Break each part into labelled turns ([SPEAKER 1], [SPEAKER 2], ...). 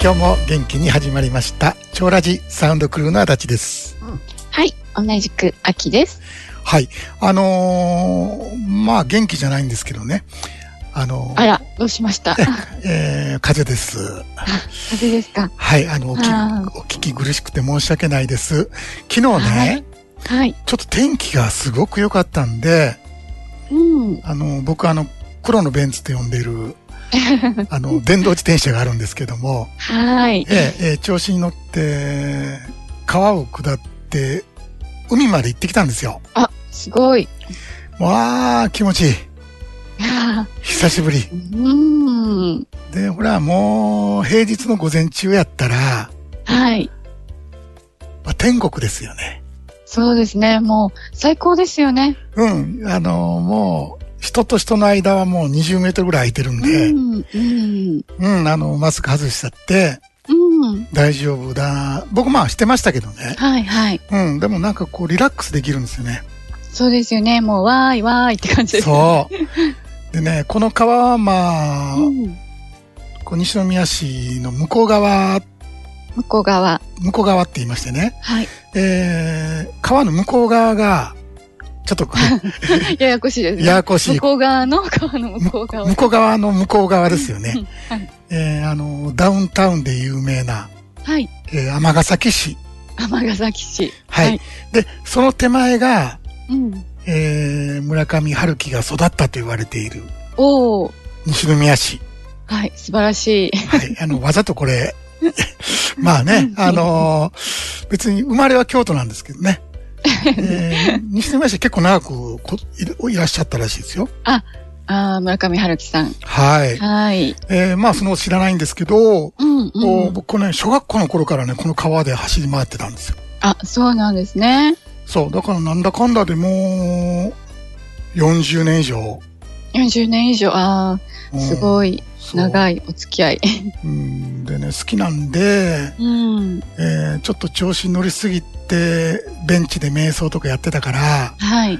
[SPEAKER 1] 今日も元気に始まりました超ラジサウンドクルーの足立です
[SPEAKER 2] はい、同じく秋です。
[SPEAKER 1] はいあのーまあ元気じゃないんですけどねあのー
[SPEAKER 2] あら、どうしま した。あ
[SPEAKER 1] えー風邪です
[SPEAKER 2] 風邪ですか。
[SPEAKER 1] はいあのお
[SPEAKER 2] あ
[SPEAKER 1] 聞
[SPEAKER 2] ー
[SPEAKER 1] お聞き苦しくて申し訳ないです昨日ね、
[SPEAKER 2] はいはい。
[SPEAKER 1] ちょっと天気がすごく良かったんで
[SPEAKER 2] うん。
[SPEAKER 1] あの僕あの黒のベンツって呼んでるあの電動自転車があるんですけども
[SPEAKER 2] はい。
[SPEAKER 1] ええええ調子に乗って、川を下って、海まで行ってきたんですよ。
[SPEAKER 2] あ、すごい。
[SPEAKER 1] わあ、気持ちいい。
[SPEAKER 2] あ
[SPEAKER 1] 久しぶり。
[SPEAKER 2] ーうん。
[SPEAKER 1] で、ほら、もう、平日の午前中やったら、
[SPEAKER 2] はい。
[SPEAKER 1] まあ天国ですよね。
[SPEAKER 2] そうですね。もう最高ですよね。
[SPEAKER 1] うん。あのもう、人と人の間はもう20メートルぐらい空いてるんで、
[SPEAKER 2] うん。うん。
[SPEAKER 1] うん、あの、マスク外しちゃって、
[SPEAKER 2] うん。
[SPEAKER 1] 大丈夫だ。僕まあしてましたけどね。
[SPEAKER 2] はいはい。
[SPEAKER 1] うん、でもなんかこう、リラックスできるんですよね。
[SPEAKER 2] そうですよね。もうわーいわーいって感じです。
[SPEAKER 1] そう。でね、この川はまあ、
[SPEAKER 2] うん。
[SPEAKER 1] こう西宮市の向こう側、
[SPEAKER 2] 向こう側。
[SPEAKER 1] 向こう側って言いましてね、
[SPEAKER 2] はい。
[SPEAKER 1] えー、川の向こう側が、ちょっとこう
[SPEAKER 2] ややこしい ですね。
[SPEAKER 1] ややこしい
[SPEAKER 2] 向、こう側の川の向こう側
[SPEAKER 1] 向。こう側の向こう側ですよね。
[SPEAKER 2] はい。
[SPEAKER 1] えー、あの、ダウンタウンで有名な、
[SPEAKER 2] はい。
[SPEAKER 1] えー、尼崎市。
[SPEAKER 2] 尼崎市。
[SPEAKER 1] はい。
[SPEAKER 2] はい
[SPEAKER 1] で、その手前が、
[SPEAKER 2] うん。
[SPEAKER 1] えー、村上春樹が育ったと言われている
[SPEAKER 2] おお。
[SPEAKER 1] 西宮市。
[SPEAKER 2] はい。素晴らしい。
[SPEAKER 1] はい。あの、わざとこれ、まあね、あのー別に生まれは京都なんですけどね。えー、西宮市は結構長くこいいらっしゃったらしいですよ。
[SPEAKER 2] ああ、村上春樹さん。
[SPEAKER 1] はい。
[SPEAKER 2] はい。
[SPEAKER 1] えーまあ、その知らないんですけど、
[SPEAKER 2] うん、
[SPEAKER 1] こ
[SPEAKER 2] う。
[SPEAKER 1] うん僕ね、小学校の頃からね、この川で走り回ってたんですよ。
[SPEAKER 2] あ、そうなんですね。
[SPEAKER 1] そう、だからなんだかんだでもう、40年以上。
[SPEAKER 2] 40年以上、ああ、す
[SPEAKER 1] い。
[SPEAKER 2] ごい
[SPEAKER 1] い。
[SPEAKER 2] 長いお付き合い。
[SPEAKER 1] うん、でね、好きなんで、
[SPEAKER 2] うん。
[SPEAKER 1] えーちょっと調子に乗りすぎて、ベンチで瞑想とかやってたから、
[SPEAKER 2] はい。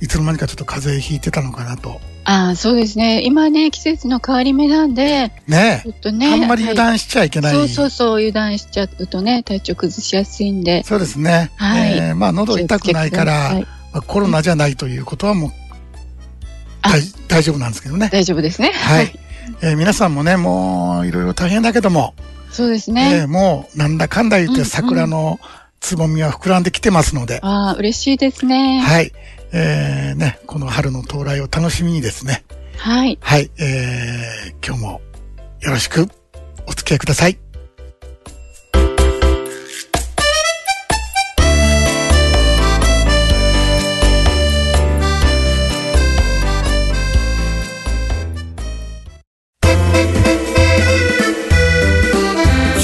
[SPEAKER 1] いつの間にかちょっと風邪ひいてたのかなと。
[SPEAKER 2] ああ、そうですね。今ね、季節の変わり目なんで、
[SPEAKER 1] ね
[SPEAKER 2] ちょっと
[SPEAKER 1] え。
[SPEAKER 2] ね。
[SPEAKER 1] あんまり油
[SPEAKER 2] し
[SPEAKER 1] 断しちゃいけ
[SPEAKER 2] ち
[SPEAKER 1] ない。
[SPEAKER 2] そうそうそう、油断しちゃうとね、体調崩しやすいんで。
[SPEAKER 1] そうですね。
[SPEAKER 2] はい
[SPEAKER 1] えーまあ、喉痛くないか
[SPEAKER 2] 気を
[SPEAKER 1] ら
[SPEAKER 2] つけてください、
[SPEAKER 1] まあコロナじゃないということはもう、
[SPEAKER 2] あ
[SPEAKER 1] 大大丈夫なんですけどね。
[SPEAKER 2] 大丈夫ですね。
[SPEAKER 1] はい。。えー皆さんもね、もう、いろいろ大変だけども、
[SPEAKER 2] そうです
[SPEAKER 1] え
[SPEAKER 2] ね。
[SPEAKER 1] ーもう、なんだかんだ言っ
[SPEAKER 2] うんう
[SPEAKER 1] て
[SPEAKER 2] ん
[SPEAKER 1] 桜のつぼみは膨らんできてますので、
[SPEAKER 2] ああ、嬉しいですね。
[SPEAKER 1] はい。えーね、この春の到来を楽しみにですね、
[SPEAKER 2] はい。
[SPEAKER 1] はい、えー、今日もよろしくお付き合いください。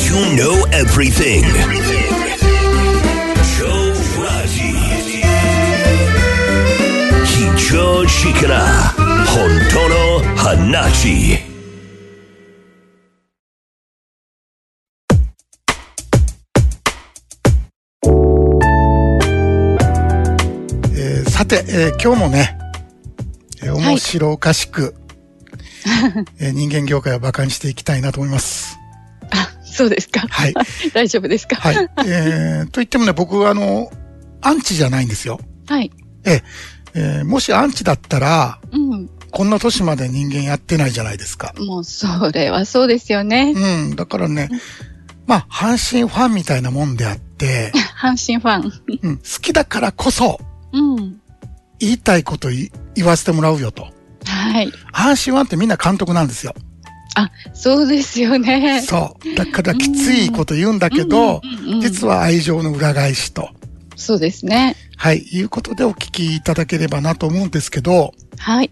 [SPEAKER 3] You know everything. Joe Raji. Hicho Shikara. Hontono Hanachi.
[SPEAKER 1] えーさて、えー今日もね、えー
[SPEAKER 2] はい
[SPEAKER 1] 面白おかし く、えー人間業界を馬鹿にしていきたいなと思います。
[SPEAKER 2] あ、そうですか。
[SPEAKER 1] はい。
[SPEAKER 2] 大丈夫ですか。
[SPEAKER 1] はい。えーと言ってもね、僕はあの、アンチじゃないんですよ。
[SPEAKER 2] はい。
[SPEAKER 1] えーもしアンチだったら、
[SPEAKER 2] うん。
[SPEAKER 1] こんな年まで人間やってないじゃないですか。
[SPEAKER 2] もう、それはそうですよね。
[SPEAKER 1] うん。だからね、まあ、阪神ファンみたいなもんで あって、
[SPEAKER 2] 阪神ファン。
[SPEAKER 1] うん、好きだからこそ、
[SPEAKER 2] うん。
[SPEAKER 1] 言いたいことい言わせてもらうよと。
[SPEAKER 2] はい。
[SPEAKER 1] 阪神ファンってみんな監督なんですよ。
[SPEAKER 2] あ、そうですよね。
[SPEAKER 1] そう。だからきついこと言うんだけど、
[SPEAKER 2] うんうんうん
[SPEAKER 1] 実は愛情の裏返しと、
[SPEAKER 2] そうですね。
[SPEAKER 1] はい、いうことでお聞きいただければなと思うんですけど、
[SPEAKER 2] はい。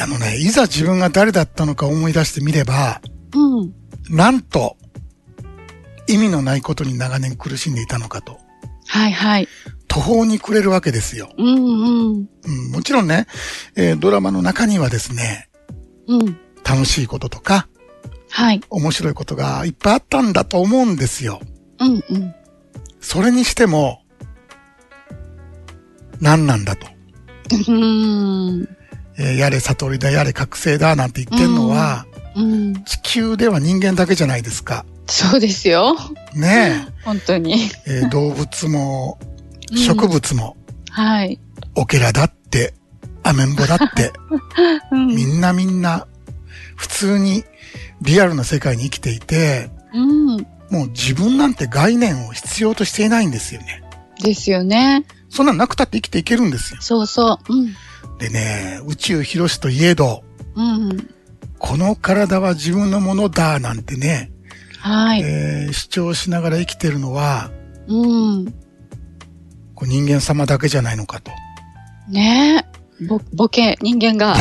[SPEAKER 1] あのね、いざ自分が誰だったのか思い出してみれば、
[SPEAKER 2] うん。
[SPEAKER 1] なんと、意味のないことに長年苦しんでいたのかと、
[SPEAKER 2] はいはい。
[SPEAKER 1] 途方に暮れるわけですよ。
[SPEAKER 2] うんうん。
[SPEAKER 1] うん、もちろんね、えードラマの中にはですね、
[SPEAKER 2] うん。
[SPEAKER 1] 楽しいこととか、
[SPEAKER 2] はい。
[SPEAKER 1] 面白いことがいっぱいあったんだと思うんですよ。
[SPEAKER 2] うんうん。
[SPEAKER 1] それにしても、何なんだと。
[SPEAKER 2] うーん。
[SPEAKER 1] えーやれ悟りだ、やれ覚醒だ、なんて言ってんのは、
[SPEAKER 2] うん。
[SPEAKER 1] 地球では人間だけじゃないですか。
[SPEAKER 2] そうですよ。
[SPEAKER 1] ね
[SPEAKER 2] 本当に。
[SPEAKER 1] え、えー動物も
[SPEAKER 2] うん
[SPEAKER 1] 植物も、
[SPEAKER 2] はい。
[SPEAKER 1] オケラだって、アメンボだって、
[SPEAKER 2] うん。
[SPEAKER 1] みんなみんな、普通にリアルな世界に生きていて、
[SPEAKER 2] うん。
[SPEAKER 1] もう自分なんて概念を必要としていないんですよね。
[SPEAKER 2] ですよね。
[SPEAKER 1] そんなんなくたって生きていけるんですよ。
[SPEAKER 2] そうそう。うん。
[SPEAKER 1] でね、宇宙広しといえど、
[SPEAKER 2] うん。
[SPEAKER 1] この体は自分のものだなんてね、
[SPEAKER 2] はい。
[SPEAKER 1] えー主張しながら生きてるのは、
[SPEAKER 2] うん。
[SPEAKER 1] こう人間様だけじゃないのかと。
[SPEAKER 2] ねえ。ぼ、ボケ、人間 が、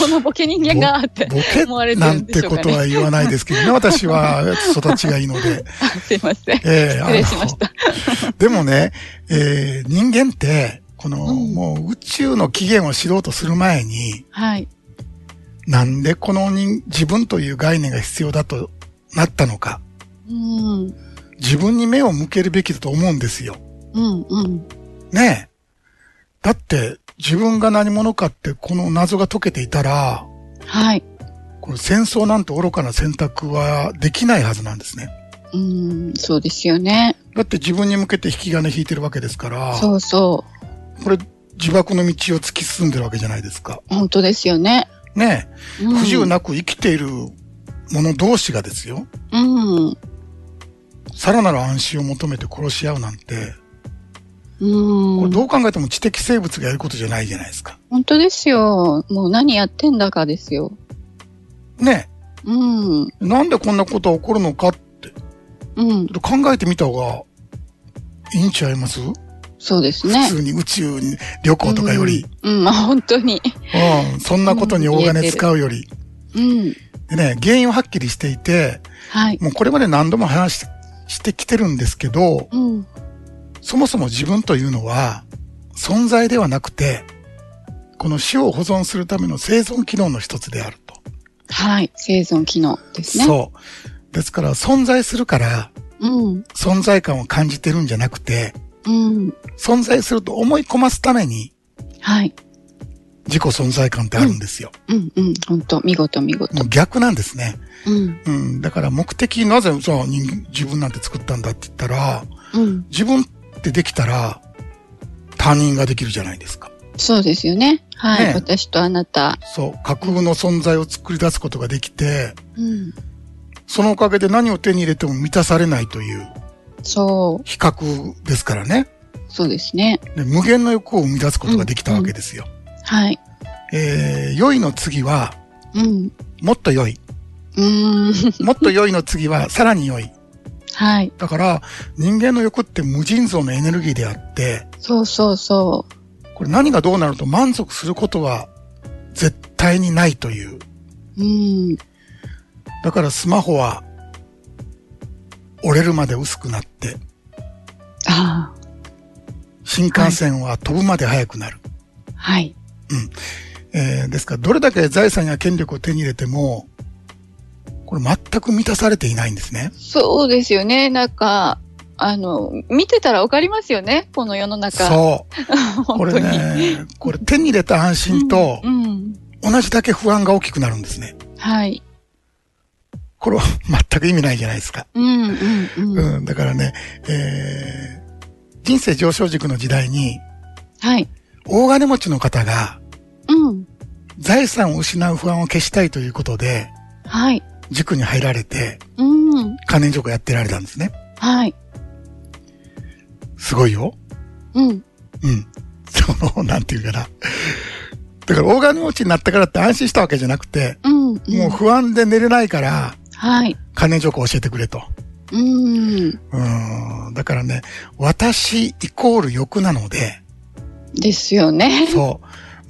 [SPEAKER 2] このボケ人間が、 って
[SPEAKER 1] ボケ
[SPEAKER 2] 思われて
[SPEAKER 1] な
[SPEAKER 2] る
[SPEAKER 1] ん
[SPEAKER 2] んで
[SPEAKER 1] て
[SPEAKER 2] しょう
[SPEAKER 1] こ
[SPEAKER 2] か
[SPEAKER 1] と
[SPEAKER 2] ね。
[SPEAKER 1] は言わないですけどね、私は 育ちがいいので。
[SPEAKER 2] あすいません。
[SPEAKER 1] えー
[SPEAKER 2] 失礼しました。
[SPEAKER 1] あのでもね、えー人間って、この、
[SPEAKER 2] うん
[SPEAKER 1] もう宇宙の起源を知ろうとする前に、
[SPEAKER 2] はい。
[SPEAKER 1] なんでこの人自分という概念が必要だとなったのか、
[SPEAKER 2] うん。
[SPEAKER 1] 自分に目を向けるべきだと思うんですよ。
[SPEAKER 2] うん、うん。
[SPEAKER 1] ねえ。だって、自分が何者かってこの謎が解けていたら、
[SPEAKER 2] はい。
[SPEAKER 1] この戦争なんて愚かな選択はできないはずなんですね。
[SPEAKER 2] うん、そうですよね。
[SPEAKER 1] だって自分に向けて引き金引いてるわけですから、
[SPEAKER 2] そうそ
[SPEAKER 1] これ自爆の道を突き進んでるわけじゃないですか。
[SPEAKER 2] う。本当ですよね。
[SPEAKER 1] ねえ、
[SPEAKER 2] うん
[SPEAKER 1] 不自由なく生きている者同士がですよ、
[SPEAKER 2] うん。
[SPEAKER 1] さらなる安心を求めて殺し合うなんて、こ
[SPEAKER 2] う
[SPEAKER 1] れ
[SPEAKER 2] ん。
[SPEAKER 1] どう考えても知的生物がやることじゃないじゃないですか。
[SPEAKER 2] 本当ですよ。もう何やってんだかですよ。
[SPEAKER 1] ね
[SPEAKER 2] うん。
[SPEAKER 1] え、なんでこんなことが起こるのかって、
[SPEAKER 2] うん。
[SPEAKER 1] 考えてみた方がいいんちゃいます
[SPEAKER 2] そうですね。
[SPEAKER 1] 普通に宇宙に旅行とかより、
[SPEAKER 2] うん。うん、まあ本当に。
[SPEAKER 1] うん、そんなことに大金使うより。
[SPEAKER 2] うん。
[SPEAKER 1] でね、原因ははっきりしていて、
[SPEAKER 2] はい。
[SPEAKER 1] もうこれまで何度も話ししてきてるんですけど、
[SPEAKER 2] うん。
[SPEAKER 1] そもそも自分というのは存在ではなくて、この死を保存するための生存機能の一つであると。
[SPEAKER 2] はい。生存機能ですね。
[SPEAKER 1] そう。ですから存在するから
[SPEAKER 2] うん。
[SPEAKER 1] 存在感を感じてるんじゃなくて、
[SPEAKER 2] うん。
[SPEAKER 1] 存在すると思い込ますために
[SPEAKER 2] はい。
[SPEAKER 1] 自己存在感ってあるんですよ。
[SPEAKER 2] うんうん。本当見事見事。
[SPEAKER 1] もう逆なんですね。
[SPEAKER 2] うん。
[SPEAKER 1] うん。だから目的、なぜそう人自分なんて作ったんだって言ったら、
[SPEAKER 2] うん。
[SPEAKER 1] 自分ってできたら他人ができるじゃないですか。
[SPEAKER 2] そうですよね。はい。
[SPEAKER 1] ねえ
[SPEAKER 2] 私とあなた。
[SPEAKER 1] そう。架空の存在を作り出すことができて、
[SPEAKER 2] うん。
[SPEAKER 1] そのおかげで何を手に入れても満たされないという
[SPEAKER 2] そう。
[SPEAKER 1] 比較ですからね。
[SPEAKER 2] そうですね。
[SPEAKER 1] で無限の欲を生み出すことができたわけですよ。
[SPEAKER 2] はい。
[SPEAKER 1] えー、良いの次は、
[SPEAKER 2] うん。
[SPEAKER 1] もっと良い。
[SPEAKER 2] うーん。
[SPEAKER 1] もっと良いの次は、さらに良い。
[SPEAKER 2] はい。
[SPEAKER 1] だから、人間の欲って無尽蔵のエネルギーであって、
[SPEAKER 2] そうそうそ
[SPEAKER 1] これ何がどうなると満足することは絶対にないという。
[SPEAKER 2] う。うん。
[SPEAKER 1] だからスマホは折れるまで薄くなって、
[SPEAKER 2] あ
[SPEAKER 1] 新幹線は飛ぶまで速くなる。
[SPEAKER 2] あ。はい。
[SPEAKER 1] えーですから、どれだけ財産や権力を手に入れても、これ全く満たされていないんですね。
[SPEAKER 2] そうですよね。なんか、あの、見てたらわかりますよね。この世の中。
[SPEAKER 1] そう。こ
[SPEAKER 2] 本当
[SPEAKER 1] れ
[SPEAKER 2] に。
[SPEAKER 1] ね、これ手に入れた安心と
[SPEAKER 2] う、ん。
[SPEAKER 1] 同じだけ不安が大きくなるんですね。
[SPEAKER 2] はい。
[SPEAKER 1] これは全く意味ないじゃないですか。
[SPEAKER 2] うんうんうん。
[SPEAKER 1] うん、だからね、えー人生上昇軸の時代に、
[SPEAKER 2] はい。
[SPEAKER 1] 大金持ちの方が
[SPEAKER 2] うん。
[SPEAKER 1] 財産を失う不安を消したいということで、
[SPEAKER 2] はい。
[SPEAKER 1] 塾に入られて、
[SPEAKER 2] うん。
[SPEAKER 1] 関連塾をやってられたんですね。
[SPEAKER 2] はい。
[SPEAKER 1] すごいよ。
[SPEAKER 2] うん。
[SPEAKER 1] うん。その、なんていうかな。だから、大金持ちになったからって安心したわけじゃなくて、
[SPEAKER 2] うん。うん
[SPEAKER 1] もう不安で寝れないから、
[SPEAKER 2] はい。
[SPEAKER 1] 金情報教えてくれと。
[SPEAKER 2] うん。
[SPEAKER 1] うーん。だからね、私イコール欲なので、
[SPEAKER 2] ですよね。
[SPEAKER 1] そ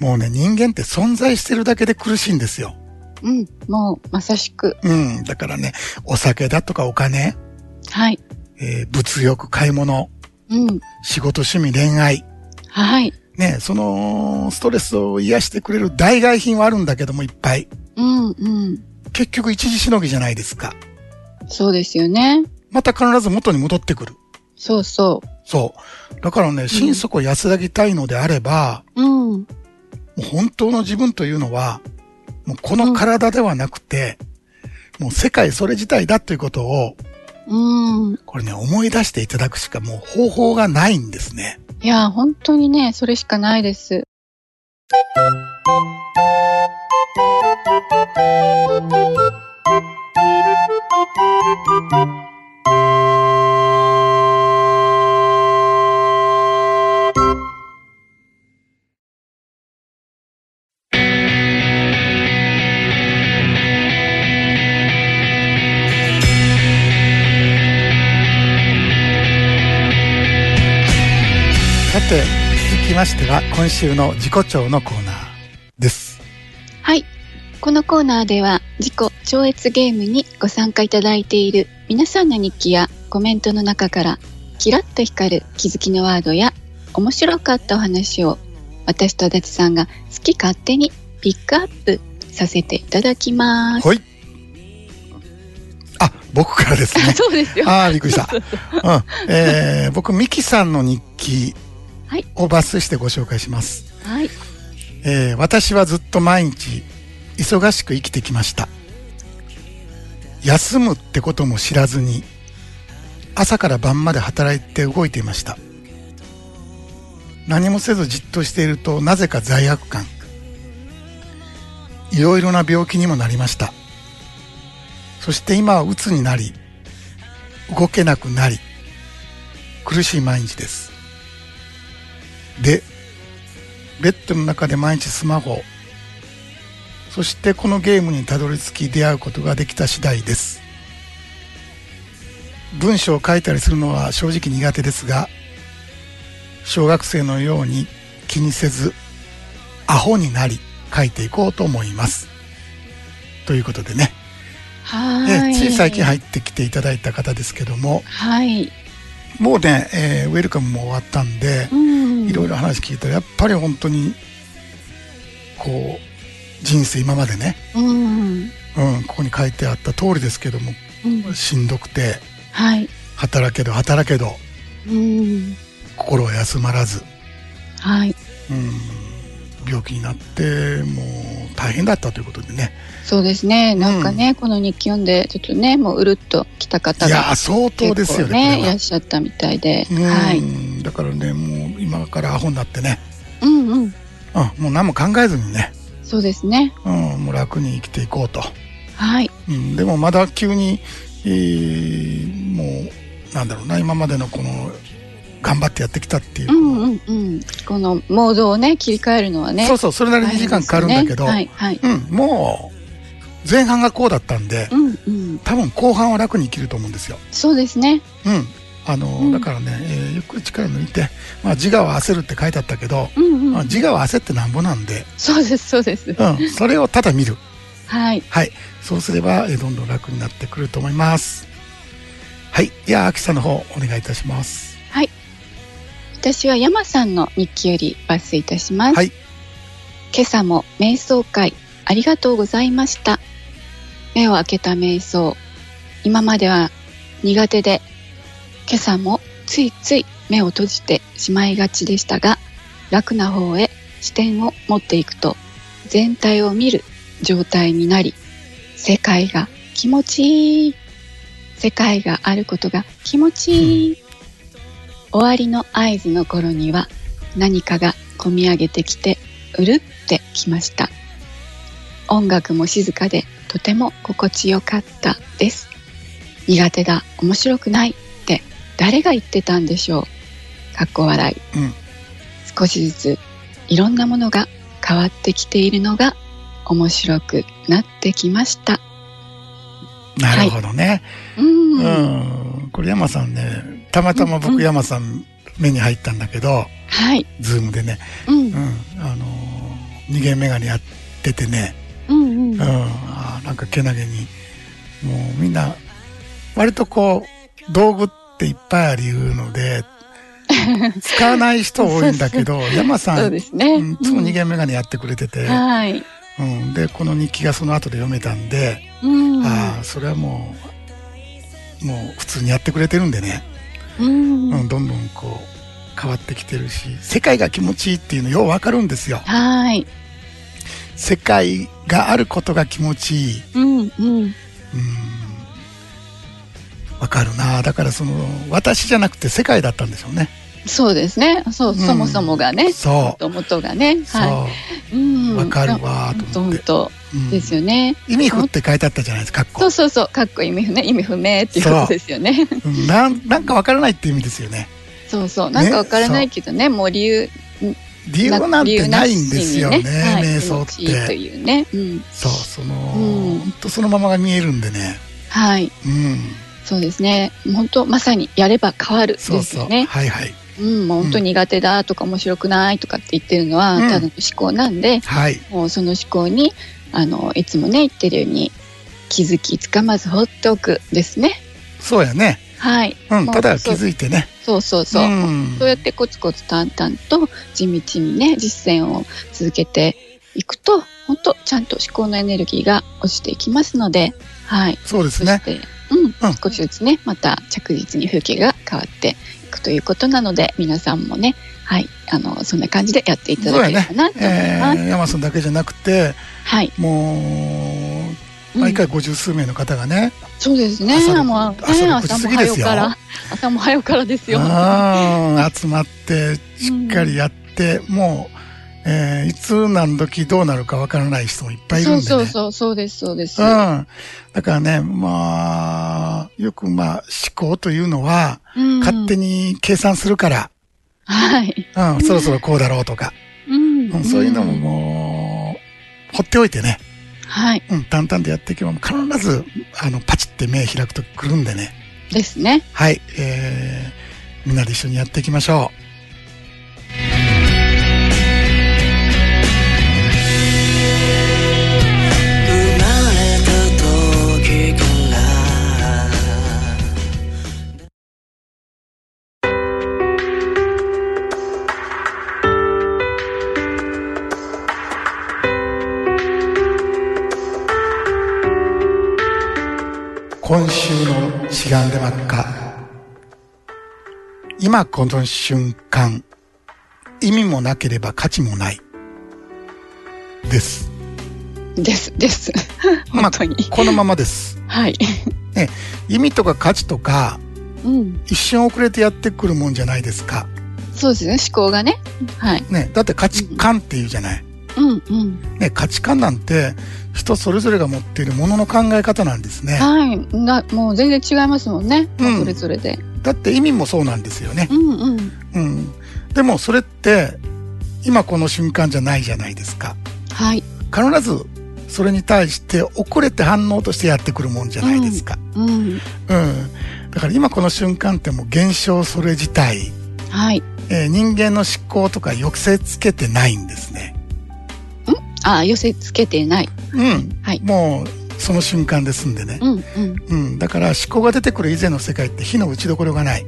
[SPEAKER 1] う。もうね、人間って存在してるだけで苦しいんですよ。
[SPEAKER 2] うん。もう、まさしく。
[SPEAKER 1] うん。だからね、お酒だとかお金、
[SPEAKER 2] はい。
[SPEAKER 1] えー物欲、買い物、
[SPEAKER 2] うん。
[SPEAKER 1] 仕事、趣味、恋愛。
[SPEAKER 2] はい。
[SPEAKER 1] ね、その、ストレスを癒してくれる代替品はあるんだけども、いっぱい。
[SPEAKER 2] うんうん。
[SPEAKER 1] 結局、一時しのぎじゃないですか。
[SPEAKER 2] そうですよね。
[SPEAKER 1] また必ず元に戻ってくる。
[SPEAKER 2] そうそ
[SPEAKER 1] そう。だからね、心底安らぎたいのであれば、
[SPEAKER 2] う。うん。
[SPEAKER 1] もう本当の自分というのは、もうこの体ではなくて、もう世界それ自体だということを、
[SPEAKER 2] うん。
[SPEAKER 1] これね、思い出していただくしかもう方法がないんですね。
[SPEAKER 2] いや、本当にね、それしかないです。
[SPEAKER 1] さて、続きましては、今週の自己調のコーナーです。
[SPEAKER 2] はい。このコーナーでは、自己超越ゲームにご参加いただいている皆さんの日記やコメントの中から、キラッと光る気づきのワードや、面白かったお話を、私と足立さんが好き勝手にピックアップさせていただきます。。
[SPEAKER 1] はい。あ、僕からですね
[SPEAKER 2] そうですよ。
[SPEAKER 1] ああ、びっく りした。
[SPEAKER 2] そうそう
[SPEAKER 1] うん。えー、僕、ミキさんの日記
[SPEAKER 2] はい
[SPEAKER 1] を抜粋してご紹介します。
[SPEAKER 2] はい。
[SPEAKER 1] えー私はずっと毎日忙しく生きてきました休むってことも知らずに朝から晩まで働いて動いていました何もせずじっとしているとなぜか罪悪感いろいろな病気にもなりましたそして今は鬱になり動けなくなり苦しい毎日ですでベッドの中で毎日スマホそしてこのゲームにたどり着き出会うことができた次第です文章を書いたりするのは正直苦手ですが小学生のように気にせずアホになり書いていこうと思いますということでね、
[SPEAKER 2] は
[SPEAKER 1] え
[SPEAKER 2] ーい。
[SPEAKER 1] つい最近入ってきていただいた方ですけども
[SPEAKER 2] はい。
[SPEAKER 1] もうね、えーウェルカムも終わったんで、
[SPEAKER 2] うん。
[SPEAKER 1] いろいろ話聞いたらやっぱり本当にこう人生今までね、
[SPEAKER 2] うん。
[SPEAKER 1] うん、ここに書いてあった通りですけども
[SPEAKER 2] うん。
[SPEAKER 1] しんどくて
[SPEAKER 2] はい。
[SPEAKER 1] 働けど働けど
[SPEAKER 2] うん。
[SPEAKER 1] 心は休まらず、
[SPEAKER 2] はい。
[SPEAKER 1] うん、病気になってもう大変だったということでね
[SPEAKER 2] そうですね。なんかね、この日記読んで、ちょっとね、もううるっと来た方
[SPEAKER 1] いやー
[SPEAKER 2] が。
[SPEAKER 1] 相当ですよ
[SPEAKER 2] 結構
[SPEAKER 1] ね
[SPEAKER 2] いらっしゃったみたいで。
[SPEAKER 1] これは、
[SPEAKER 2] はい。
[SPEAKER 1] うんだからねもう今からアホになってね、
[SPEAKER 2] うんうん。
[SPEAKER 1] うん、もう何も考えずにね、
[SPEAKER 2] そうですね。
[SPEAKER 1] うん、もう楽に生きていこうと。
[SPEAKER 2] はい。
[SPEAKER 1] うん、でもまだ急に、えーもうなんだろうな今までのこの頑張ってやってきたっていう
[SPEAKER 2] う、んうんうん。このモードをね、切り替えるのはね。
[SPEAKER 1] そうそうそれなりに時間かかるんだけど、
[SPEAKER 2] 大変ですよねはいはい。
[SPEAKER 1] うん、もう前半がこうだったんで、
[SPEAKER 2] うんうん。
[SPEAKER 1] 多分後半は楽に生きると思うんですよ。
[SPEAKER 2] そうですね。
[SPEAKER 1] うんあの
[SPEAKER 2] うん
[SPEAKER 1] だからね、えーゆっくり力抜いて、まあ、自我は焦るって書いてあったけど、
[SPEAKER 2] うん
[SPEAKER 1] ま
[SPEAKER 2] う
[SPEAKER 1] あ、
[SPEAKER 2] ん。
[SPEAKER 1] 自我は焦ってなんぼなんで、
[SPEAKER 2] そうです、そうです。
[SPEAKER 1] うん、それをただ見る
[SPEAKER 2] はい。
[SPEAKER 1] はい。そうすれば、えーどんどん楽になってくると思います。はい。じゃあ、秋さんの方、お願いいたします。
[SPEAKER 2] 私は山さんの日記より抜粋いたします、
[SPEAKER 1] はい
[SPEAKER 2] 今朝も瞑想会ありがとうございました目を開けた瞑想今までは苦手で今朝もついつい目を閉じてしまいがちでしたが楽な方へ視点を持っていくと全体を見る状態になり世界が気持ちいい世界があることが気持ちいい、終わりの合図の頃には何かが込み上げてきてうるってきました音楽も静かでとても心地よかったです苦手だ面白くないって誰が言ってたんでしょうかっこ笑い、
[SPEAKER 1] うん
[SPEAKER 2] 少しずついろんなものが変わってきているのが面白くなってきました
[SPEAKER 1] なるほどね。
[SPEAKER 2] うん
[SPEAKER 1] うん。これ、山さんね、たまたま
[SPEAKER 2] うんう
[SPEAKER 1] 僕、
[SPEAKER 2] ん
[SPEAKER 1] 山さん、目に入ったんだけど、
[SPEAKER 2] はい
[SPEAKER 1] ズームでね、
[SPEAKER 2] うん
[SPEAKER 1] うん。あのー二元メガネやっててね、
[SPEAKER 2] うんうん
[SPEAKER 1] うん。あーなんか、けなげに、もう、みんな、割とこう、道具っていっぱいあり言う ので、使わない人多いんだけど、山さん、
[SPEAKER 2] そうですね、
[SPEAKER 1] うんいつも二元メガネやってくれてて、
[SPEAKER 2] はい
[SPEAKER 1] うんでこの日記がその後で読めたんで、
[SPEAKER 2] うん
[SPEAKER 1] ああそれはもうもう普通にやってくれてるんでね、
[SPEAKER 2] うん
[SPEAKER 1] うん、どんどんこう変わってきてるし世界が気持ちいいっていうのようわかるんですよ
[SPEAKER 2] はい。
[SPEAKER 1] 世界があることが気持ちいい、
[SPEAKER 2] うんうん。
[SPEAKER 1] わかるなだからその私じゃなくて世界だったんでしょうね
[SPEAKER 2] そうですね。そう、
[SPEAKER 1] ん
[SPEAKER 2] そもそもがね。
[SPEAKER 1] そ
[SPEAKER 2] 元々がね。
[SPEAKER 1] う、
[SPEAKER 2] はいう
[SPEAKER 1] そ
[SPEAKER 2] ん。
[SPEAKER 1] うわかるわ
[SPEAKER 2] 本
[SPEAKER 1] と
[SPEAKER 2] 当
[SPEAKER 1] 思っ
[SPEAKER 2] 本
[SPEAKER 1] て、
[SPEAKER 2] 当
[SPEAKER 1] うん
[SPEAKER 2] ですよね。
[SPEAKER 1] 意味不って書いてあったじゃないですか
[SPEAKER 2] そ
[SPEAKER 1] か
[SPEAKER 2] う
[SPEAKER 1] っ
[SPEAKER 2] そうそう。かっこ意味不明、意味不明っていう
[SPEAKER 1] そう
[SPEAKER 2] ことですよね。
[SPEAKER 1] こ、うんなんなんかわからないって意味ですよね
[SPEAKER 2] そうそう。なんかわからないけどね、もう理由
[SPEAKER 1] 理由なんてないんですよね
[SPEAKER 2] 理由なしにはい
[SPEAKER 1] 瞑想っ
[SPEAKER 2] 気持ちいいと
[SPEAKER 1] て
[SPEAKER 2] いうね。うん。
[SPEAKER 1] そうその、
[SPEAKER 2] うん
[SPEAKER 1] ほんとそのままが見えるんでね
[SPEAKER 2] はい。
[SPEAKER 1] うん
[SPEAKER 2] そうですね。本当まさにやれば変わるで
[SPEAKER 1] そう
[SPEAKER 2] す
[SPEAKER 1] そう
[SPEAKER 2] よね。
[SPEAKER 1] はいはい
[SPEAKER 2] うん、もう本当
[SPEAKER 1] うん
[SPEAKER 2] 苦手だとか面白くないとかって言ってるのは、
[SPEAKER 1] うん
[SPEAKER 2] ただの思考なんで、
[SPEAKER 1] はい
[SPEAKER 2] もうその思考に、あの、いつもね、言ってるように、気づきつかまず放っておくですね。
[SPEAKER 1] そうやね
[SPEAKER 2] はい。
[SPEAKER 1] うん
[SPEAKER 2] もう
[SPEAKER 1] ただ気
[SPEAKER 2] そう
[SPEAKER 1] づいてね
[SPEAKER 2] そうそうそう。
[SPEAKER 1] ん
[SPEAKER 2] そうやってコツコツ淡々と地道にね、実践を続けていくと、本当ちゃんと思考のエネルギーが落ちていきますので、はい。
[SPEAKER 1] そうです
[SPEAKER 2] そ
[SPEAKER 1] ね
[SPEAKER 2] して、うん、
[SPEAKER 1] うん
[SPEAKER 2] 少しずつね、また着実に風景が変わっていくということなので、皆さんもね、はい、あの、そんな感じでやっていただければなと思い
[SPEAKER 1] え
[SPEAKER 2] ます。
[SPEAKER 1] ー、山さんだけじゃなくて
[SPEAKER 2] はい。
[SPEAKER 1] も
[SPEAKER 2] う
[SPEAKER 1] うん毎回50数名の方がね、
[SPEAKER 2] そうですね。
[SPEAKER 1] 朝の
[SPEAKER 2] もうね
[SPEAKER 1] 朝の9時
[SPEAKER 2] 朝も
[SPEAKER 1] 過ぎで
[SPEAKER 2] 早う
[SPEAKER 1] すよ
[SPEAKER 2] から、朝も早うからですよ。
[SPEAKER 1] あー集まってしっかりやって、もう、えーいつ何時どうなるかわからない人もいっぱいいるん
[SPEAKER 2] そ
[SPEAKER 1] で
[SPEAKER 2] う
[SPEAKER 1] ね。
[SPEAKER 2] そうそう、そうです、そうです。
[SPEAKER 1] う。
[SPEAKER 2] うん
[SPEAKER 1] だからね、まあ、よくまあ、思考というのは、
[SPEAKER 2] ん
[SPEAKER 1] 勝手に計算するから、
[SPEAKER 2] はい。
[SPEAKER 1] うん、そろそろこうだろうとか、
[SPEAKER 2] うん
[SPEAKER 1] うん、そういうのももう、放っておいてね、
[SPEAKER 2] はい。
[SPEAKER 1] うん、淡々とやっていけば、必ず、あの、パチって目開くとくるんでね。
[SPEAKER 2] ですね。
[SPEAKER 1] はい、えー、みんなで一緒にやっていきましょ
[SPEAKER 4] 生まれた時から
[SPEAKER 1] う。今週の志願で真っ赤。今この瞬間、意味もなければ価値もない。です。
[SPEAKER 2] です、 です。
[SPEAKER 1] まあ
[SPEAKER 2] 本当に。
[SPEAKER 1] このままです。
[SPEAKER 2] はい。
[SPEAKER 1] 意味とか価値とか、
[SPEAKER 2] うん。
[SPEAKER 1] 一瞬遅れてやってくるもんじゃないですか。
[SPEAKER 2] そうですね、思考がね。はい。
[SPEAKER 1] ね、だって価値観っていうじゃない。
[SPEAKER 2] うん、うん。
[SPEAKER 1] ね、価値観なんて、人それぞれが持っているものの考え方なんですね。
[SPEAKER 2] はい。な、もう全然違いますもんね。
[SPEAKER 1] うん
[SPEAKER 2] それぞれで。
[SPEAKER 1] だって意味もそうなんですよね。
[SPEAKER 2] うん、うん。
[SPEAKER 1] うん、でもそれって今この瞬間じゃないじゃないですか
[SPEAKER 2] はい。
[SPEAKER 1] 必ずそれに対して遅れて反応としてやってくるもんじゃないですか、
[SPEAKER 2] うん。
[SPEAKER 1] うんだから今この瞬間ってもう現象それ自体、
[SPEAKER 2] はい。
[SPEAKER 1] えー人間の思考とか抑制つけてないんですね、
[SPEAKER 2] ああ、寄せつけてない。
[SPEAKER 1] うん
[SPEAKER 2] はい
[SPEAKER 1] もうその瞬間ですんでね、
[SPEAKER 2] うん、うん。
[SPEAKER 1] うん、だから思考が出てくる以前の世界って火の打ちどころがない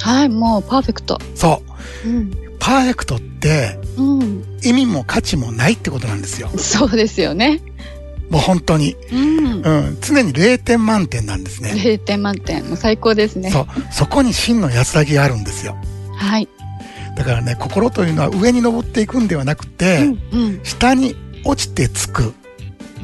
[SPEAKER 2] はい、もうパーフェクト。
[SPEAKER 1] そう
[SPEAKER 2] うん。
[SPEAKER 1] パーフェクトって
[SPEAKER 2] うん。
[SPEAKER 1] 意味も価値もないってことなんですよ
[SPEAKER 2] そうですよね。
[SPEAKER 1] もう本当に
[SPEAKER 2] うん。
[SPEAKER 1] うん、常に0点満点なんですね。
[SPEAKER 2] 0点満点。もう最高ですね。
[SPEAKER 1] そう、そこに真の安らぎがあるんですよ。
[SPEAKER 2] はい。
[SPEAKER 1] だからね、心というのは上に登っていくんではなくて、
[SPEAKER 2] うん。
[SPEAKER 1] 下に落ちてつく、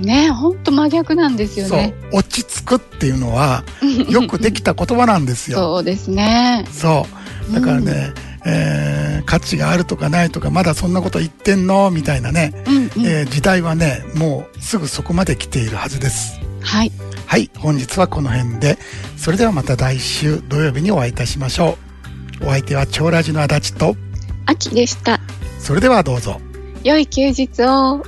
[SPEAKER 2] ねほんと真逆なんですよ
[SPEAKER 1] そ
[SPEAKER 2] ね。
[SPEAKER 1] う、落ち着くっていうのは、よくできた言葉なんですよ。
[SPEAKER 2] そうですね。
[SPEAKER 1] そう。だからね、えー価値があるとかないとか、まだそんなこと言ってんのみたいなね、
[SPEAKER 2] うん、うん、
[SPEAKER 1] えー時代はね、もうすぐそこまで来ているはずです。
[SPEAKER 2] はい。
[SPEAKER 1] はい、本日はこの辺で。それではまた来週土曜日にお会いいたしましょう。お相手は長ラジの足立と、
[SPEAKER 2] 秋でした。
[SPEAKER 1] それではどうぞ。
[SPEAKER 2] 良い休日を。